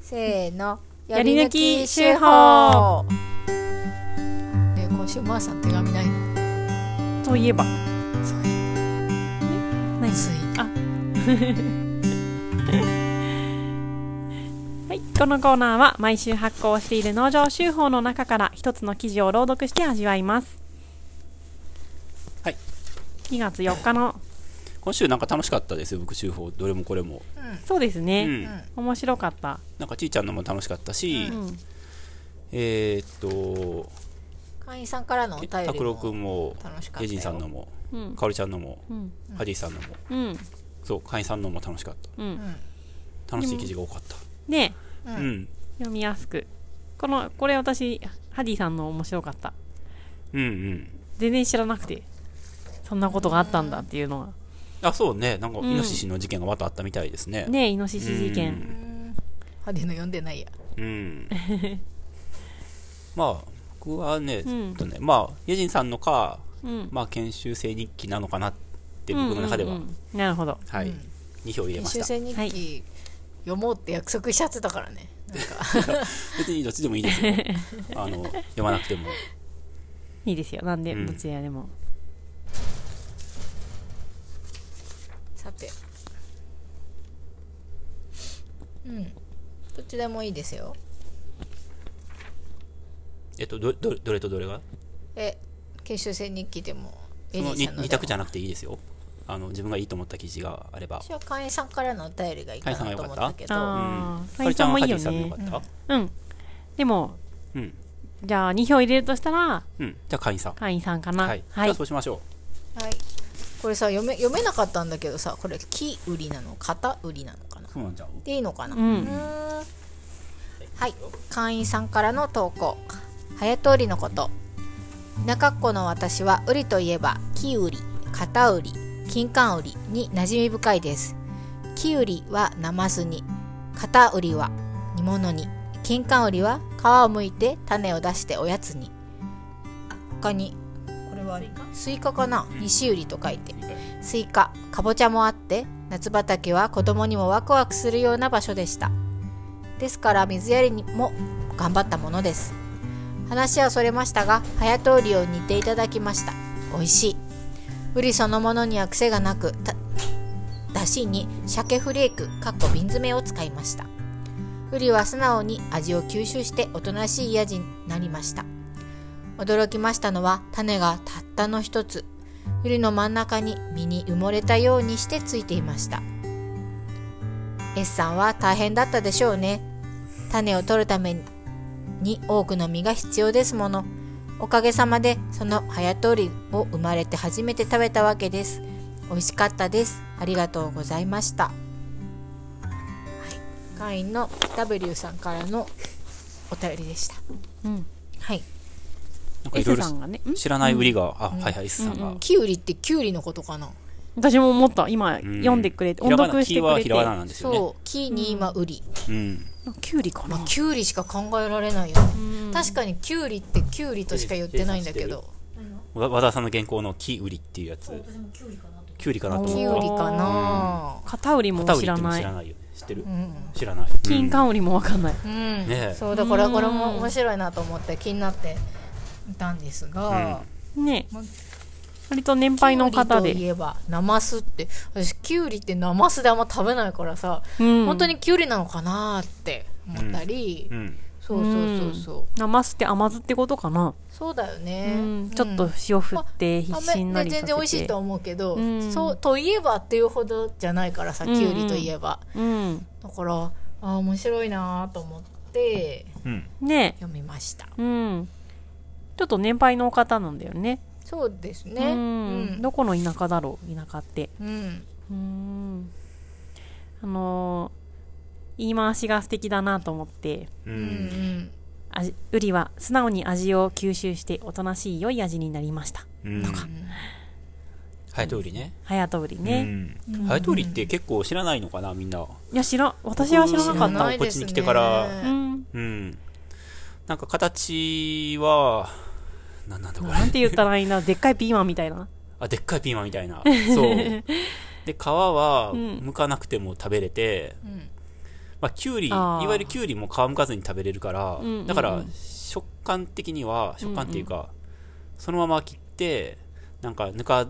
せーのやり抜き手法ね今週まーさん手紙ないのといえばそういう何ついにあはい、このコーナーは毎週発行している農場集報の中から一つの記事を朗読して味わいます。はい。 2月4日の、今週なんか楽しかったですよ、僕、週報、どれもこれも。そうですうね。ん。面白かった。なんか、ちいちゃんのも楽しかったし、うん。えーっと、会員さんからのお便りも拓郎くんも、楽しかったエよジンさんのも、うん。かおりちゃんのも、うん。ハディさんのも、うん。そう、会員さんのも楽しかっうん。た。楽しい記事が多かった。で、ううんん。読みやすく。この、これ私、ハディさんの面白かった。うんうん。全然知らなくて、そんなことがあったんだっていうのあ、そうね。なんか、イんノシシの事件がまたあったみたいですねは。。ねイノシシ事件。派手の読んでないやうん。まあ、僕はね、うちんょっとね、まあ、イジンさんのか、うん。まあ、研修生日記なのかなって、僕の中でうはんうん、うんなるほど。はいうん。 2票入れ編ま集した。生日はい記読もうって約束しちゃってたからね別にどっちでもいいですよ。あの、読まなくても。いいですよ。なんで、うんどちらでも。さてうんどっちでもいいですよえっと、ど、どどれとどれがえ研修生日記でもエそリのーにさんの2でも択じゃなくていいですよ。あの、自分がいいと思った記事があれば。私は会員さんからのお便りがいいかなと思ったけどあうんー。かりちゃんはかハりデちゃんもいいよねィさんの良かったうん。でも、うん。じゃあ2票入れるとしたら、うん。じゃあ、会員さん。会員さんかな。はい。じゃあ、そうしましょはいこれさ読め読めなかったんだけどさこれ「木売り」なの「型売り」なのかなう。そうなんちゃうでいいのかなうんーんはい会員さんからの投稿「早と売りのこと」田舎っ子の私は売りといえば木売り型売り金柑売りに馴染み深いです木売りはなますに型売りは煮物に金柑売りは皮を剥いて種を出しておやつに他にこれはスイカかな西売りと書いてスイカかぼちゃもあって夏畑は子供にもワクワクするような場所でしたですから水やりにも頑張ったものです話はそれましたが早通りを煮ていただきました美味しいウリそのものには癖がなくただしに鮭フレークかっこ瓶詰めを使いましたウリは素直に味を吸収しておとなしい味になりました驚きましたのは種がたったの一つウリの真ん中に身に埋もれたようにしてついていました S さんは大変だったでしょうね種を取るために多くの実が必要ですものおかげさまでその早とりを生まれて初めて食べたわけです美味しかったですありがとうございました、はい、会員の W さんからのお便りでしたうん。はいなんかい S ろいろさんがね。ん知らない売りが、あ、はいはい、S さんが。キュウリってキュウリのことかな私も思った。今、うん読んでくれて、ひら音がな読してくれキて。ーはひらがななんですよね。そうキに今ウリ、うん。キュウリかなまあ、。キュウリしか考えられないよね、うん確かにキュウリってキュウリとしか言ってないんだけどわ和田さんの原稿の木売りっていうやつ。キュウリかなとキ思ュった。ウリかな片売りも片売知りっらてもな知らい。ないよね。知ってるうん、知らない。金うん柑売りもわかんない。うんねえそうだからこれも面白いなと思って気になっていたんですが、ねま割と年キュウ配リの方といで。えばナマスって私キュウリってナマスであんま食べないからさ、うん本当にキュウリなのかなって思ったり、うん。そうそうそうそう、ナマスって甘酢ってことかな。そうだよね、うん。ちょっと塩振って、必死になりね全させて。然美味しいとは思うけど、うんそうといえばっていうほどじゃないからさうきんうんゅうりといえば、うん。だからあー面白いなーと思ってうん。ね読みましたうん。ちょっと年配の方なんだよね。そうですねううんん。どこの田舎だろう、田舎って。うんうーんあのー言い回しが素敵だなと思ってう。うんうんん味ウリは素直に味を吸収しておとなしい良い味になりましたうん。ハヤトウリね。早とウリね、うん。ハヤトウリって結構知らないのかな、みんな。いや知ら私は知らなか知っらなたいこっちに来てからううんんうん。なんか形は、なんなんだこれな。んて言ったらいいなでっかいピーマンみたいなあ、でっかいピーマンみた いな。そう。で、皮は、うん剥かなくても食べれて、まあ、きゅうりいあわーゆるきゅうりも皮むかずに食べれるから、うんうんうんだから食感的には食感っていうか、そのまま切ってなんかぬか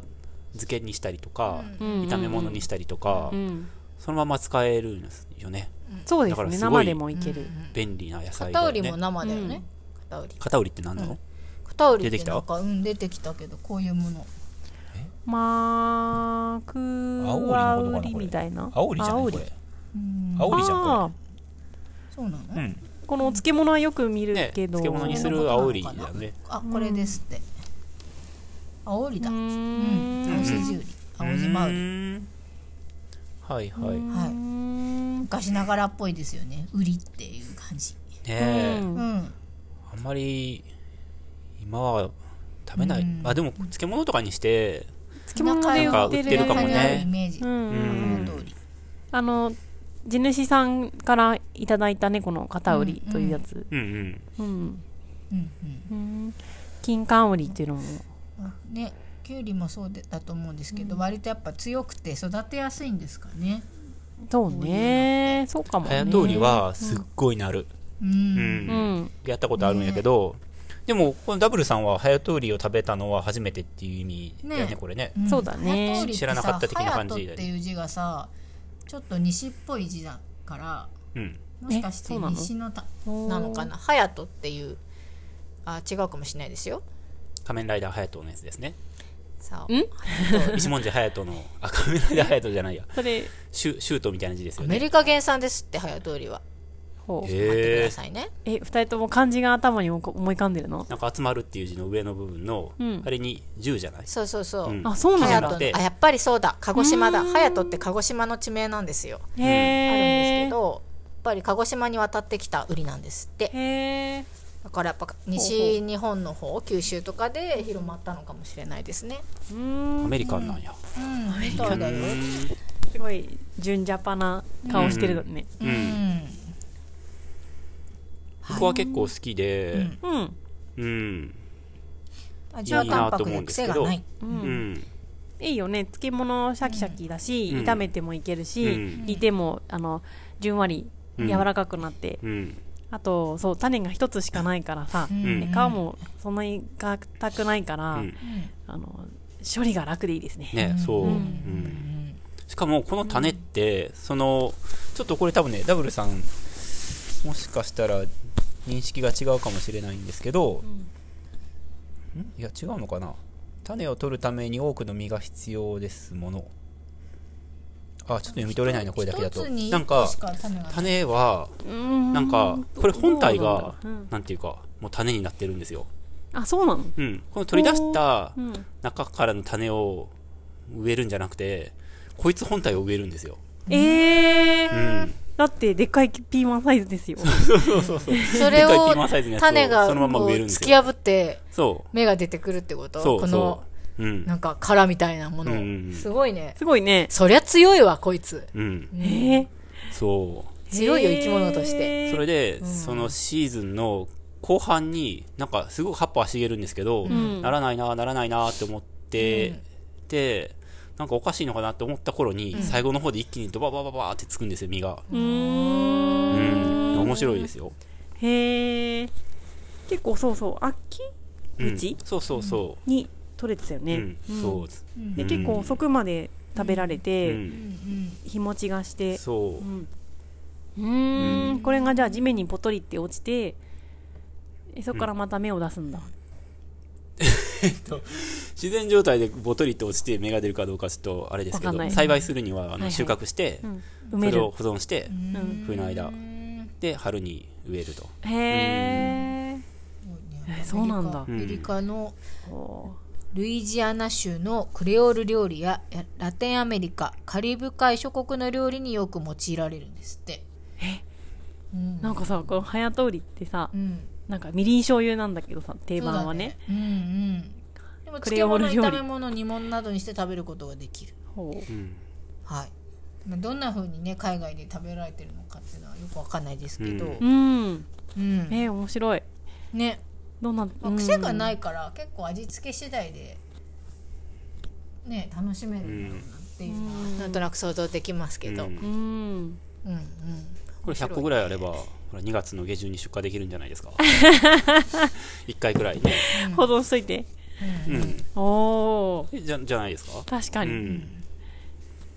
漬けにしたりとか、炒め物にしたりとか、うん、そのまま使えるんですよねそうですだからねすご生いでもいける、便利な野菜だ片よ売りねも生だよね、片売り片売りって何なの、片売りっ出ててきたなんかうん出てきたけどこういうものまあくわ売りみたいな青りじゃないこあれうん青いじゃんこれあそうなの、うんーこのお漬物はよく見るねけど、漬物にする青りだよねあこれですって青りうだーうんん青じじゅうり青じまうりりはいはいうねはいん昔ながらっぽいですよね売りっていう感じえ、うんうんあんまり今は食べない、うんあでも漬物とかにして漬物で売ってるなんか売ってるかも田舎ねにあるイメージうこんうんの通りあの地主さんからいただいた猫の片売りというやつ、うんううんんうんうん金柑売りっていうのうもんねきゅうりもそうでだと思うんですけど割とやっぱ強くて育てやすいんですかねそうねそうかもね早通りはすっごいなる、ううんんうんやったことあるんやけど、でもこのダブルさんは早通りを食べたのは初めてっていう意味だよねねこれねんそうだね早通りてさ知らなかった的な感じだ早よねとっていう字がさちょっと西っぽい字だからうんもしかしえそてうなの西のたななのかな隼人っていうあ違うかもしれないですよ仮面ライダー隼人のやつですねさあん一文字隼人のあ仮面ライダー隼人じゃないやそれシュシュートみたいな字ですアよメねリカ原産ですって早通りはほう待ってくへえださいねえ二人とも漢字が頭に思い浮かんでるのなんか集まるっていう字の上の部分の、うんあれに10じゃないそうそうそう、うんあそうなん隼だ人あやっぱりそうだ鹿児島だ隼人って鹿児島の地名なんですよへあるんですえけどやっぱり鹿児島に渡ってきた売りなんですってへえだからやっぱ西日本の方九州とかで広まったのかもしれないですねうアーんメリカンなんや、うんみたいだよすごい純ジャパな顔してるねう、うんんはい僕は結構好きで、うんうん、味はいいな淡白と思うでんです癖けどがないうん、いいよね漬物シャキシャキだしうん炒めてもいけるしうん煮てもあのじゅんわりうん柔らかくなってうん、あとそう種が一つしかないからさうんで皮もそんなに硬くないかうらんあの処理が楽でいいですねね、そうう、うんんうんしかもこの種って、その、ちょっとこれ多分ね、ダブルさん、もしかしたら認識が違うかもしれないんですけど、んいや、違うのかな。種を取るために多くの実が必要ですもの。あ、ちょっと読み取れないな、これだけだと。一つに一なん個かし、か種がない種は、ななんか、これ本体うがなんだろううん、なんていうか、もう種になってるんですよ。あそうなのうん。この取り出したうん中からの種を植えるんじゃなくて、こいつ本体を植えるんですよ。えうーん。だってでっかいピーマンサイズ ですよそうそうそう。それでっかいをピーマンサイズのやつを種がそのままこう植えるんです突よき破ってそう。芽が出てくるってことそうこのそう。うんな。んか殻みたいなもの、うんうんうんすごいねすごいねそりゃ強いわこいつうん。えーそう。強いよ生き物としてへーそれで、そのシーズンの後半に、なんかすごく葉っぱは茂るんですけど、んならないな、ならないなって思って、で、なんかおかしいのかなって思った頃に、最後の方で一気にドババババーってつくんですよ、実が。うーうんん。面白いですよ。へえ結構そうそう秋うん口そうそうそに取れてたよう。うねん。そうです。でうん結構遅くまで食べられうてん。日持ちがしてそうう。んうーんこれがじゃあ地面にポトリって落ちてえそこからまた芽を出すんだ自然状態でボトリと落ちて芽が出るかどうかちょっとあれですけわかんなどい栽培するにはあいはのい収穫してうんそ埋めれるを保存してうん冬の間で春に植えるとへえそうなんだアメリカのーおルイジアナ州のクレオール料理ややラテンアメリカカリブ海諸国の料理によく用いられるんですってえうんーなんかさこの早通りってさうんなんかみりん醤油なんだけどさ定番はねそうだねうんうんでもクレ漬オール物料理炒め物煮物などにして食べることができるほううんはいまあどんな風にね海外で食べられてるのかっていうのはよくわかんないですけど、ううんうんえー面白いね、どんなまあ癖がいないから結構味付け次第でね楽しめるんだろうなっていうのはなんとなく想像できますけど、うんううんんこれ100個ぐらいあればほら2月の下旬に出荷できるんじゃないで すか1回ぐらいね保存しといて。うんおー、えじゃじゃないですか確かうに、ん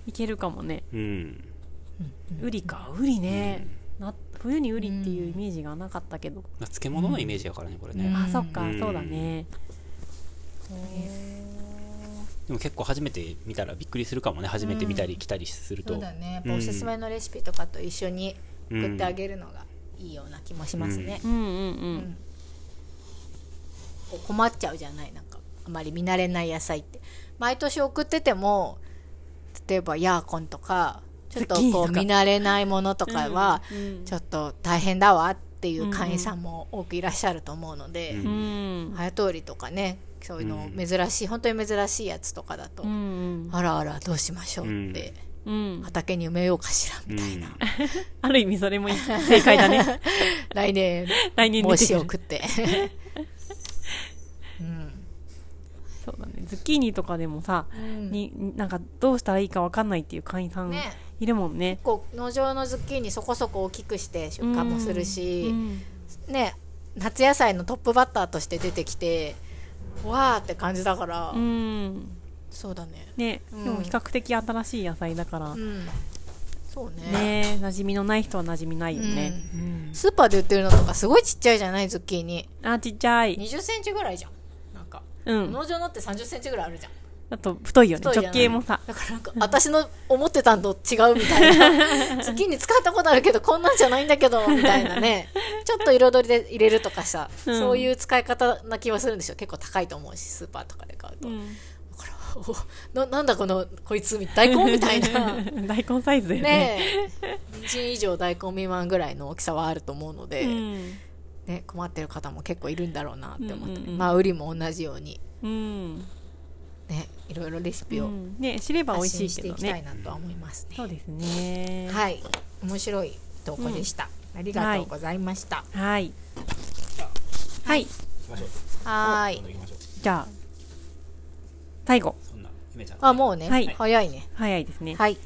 いけるかもね。うんウリか、ウリね。な冬にウリっていうイメージがなかったけど。まあ漬物のイメージやからねこれね、うんあ、そっか、うんそうだね。でも結構初めて見たらびっくりするかもね初めて見たり来たりすると、そうだねやっぱおすすめのレシピとかと一緒に送ってあげるのがいいような気もしますね、うんうんううんん。こう困っちゃうじゃないなんかあまり見慣れない野菜って毎年送ってても例えばヤーコンとかちょっとズッキーニとこうか見慣れないものとかはうんうんちょっと大変だわっていう会員さんも多くいらっしゃると思うので、うんうん。早通りとかねそういうの珍しい、本当に珍しいやつとかだと、うんうんあらあらどうしましょうって、うん。畑に埋めようかしらみたいな、ある意味それもいい正解 だね。来年来年も出てしくる送 って、うんそうだね。ズッキーニとかでもさ、うんに、なんかどうしたらいいかわかんないっていう会員さんねいるもんね。結構農場のズッキーニそこそこ大きくして出荷もするうし、んね夏野菜のトップバッターとして出てきてわーって感じだから、うん。そうだねね、うんでも比較的新しい野菜だから、うんそうねね、馴染みのない人は馴染みないよね。うんスーパーで売ってるのとかすごいちっちゃいじゃないズッキーニあ、ちっちゃ2い。 0センチぐらいじゃんなんか、うん。農場のって3 0センチぐらいあるじゃんあと、太いよね。太いじゃない直径もさ。だからなんか私の思ってたんと違うみたいなズッキーニ使ったことあるけどこんなんじゃないんだけどみたいなねちょっと彩りで入れるとかさ、うんそういう使い方な気はするんですよ結構高いと思うしスーパーとかで買うと、うだんからおななんだこのこいつ大根みたいな 大根サイズだよね。ねえ人参以上大根未満ぐらいの大きさはあると思うので、うん。ね、困ってる方も結構いるんだろうなって思って、うんうんうんまあウリも同じようにうん。ねいろいろレシピうをんね、知れば美発信味ししていけいどきたいね。なとは思いますね。そうですね。はい、面白い投稿でした。ありがとうございました。はい。はい。行きましょうはーどんい。どん行きましょうじゃあ、最後。そんな夢ちゃんあ、もうね、はい早いね。早いですね。はい。